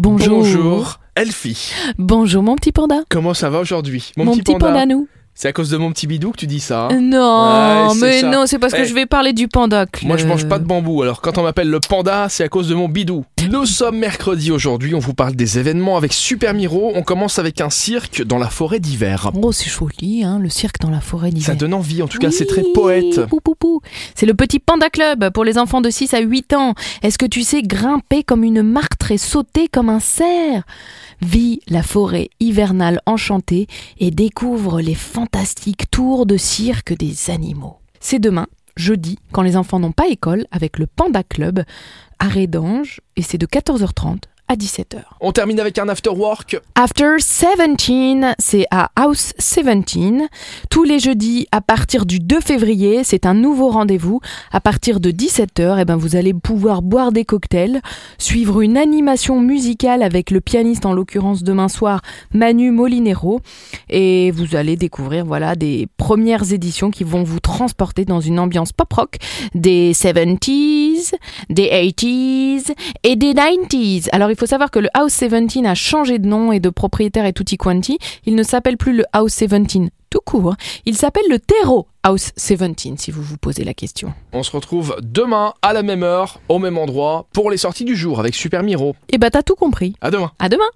Bonjour. Bonjour, Elfie. Bonjour, mon petit panda. Comment ça va aujourd'hui Mon, petit, panda. nous. C'est à cause de mon petit bidou que tu dis ça. hein Non, Ouais, c'est mais ça. non, c'est parce que Eh. je vais parler du Euh, panda. Moi, je mange pas de bambou, alors quand on m'appelle le panda, c'est à cause de mon bidou. Nous sommes mercredi aujourd'hui, on vous parle des événements avec Super Miro. On commence avec un cirque dans la forêt d'hiver. Oh, c'est joli, hein, le cirque dans la forêt d'hiver. Ça donne envie, en tout cas, Oui, c'est très poète. pou, pou, pou. C'est le petit panda club pour les enfants de 6 à 8 ans. Est-ce que tu sais grimper comme une martre et sauter comme un cerf Vis la forêt hivernale enchantée et découvre les fantastiques tours de cirque des animaux. C'est demain, jeudi, quand les enfants n'ont pas école, avec le panda club à Rédange et c'est de 14h30 à 17h. On termine avec un after work. After 17, c'est à House 17. Tous les jeudis, à partir du 2 février, c'est un nouveau rendez-vous. À partir de 17h, eh ben, vous allez pouvoir boire des cocktails, suivre une animation musicale avec le pianiste, en l'occurrence demain soir, Manu Molinero. Et vous allez découvrir voilà, des premières éditions qui vont vous transporter dans une ambiance pop-rock des 70s, des 80s et des 90s. Alors il faut savoir que le House 17 a changé de nom et de propriétaire et tutti quanti. Il ne s'appelle plus le House 17 tout court. hein. Il s'appelle le Terreau House 17 si vous vous posez la question. On se retrouve demain à la même heure, au même endroit, pour les sorties du jour avec Super Miro. Et bah t'as tout compris. À demain. À demain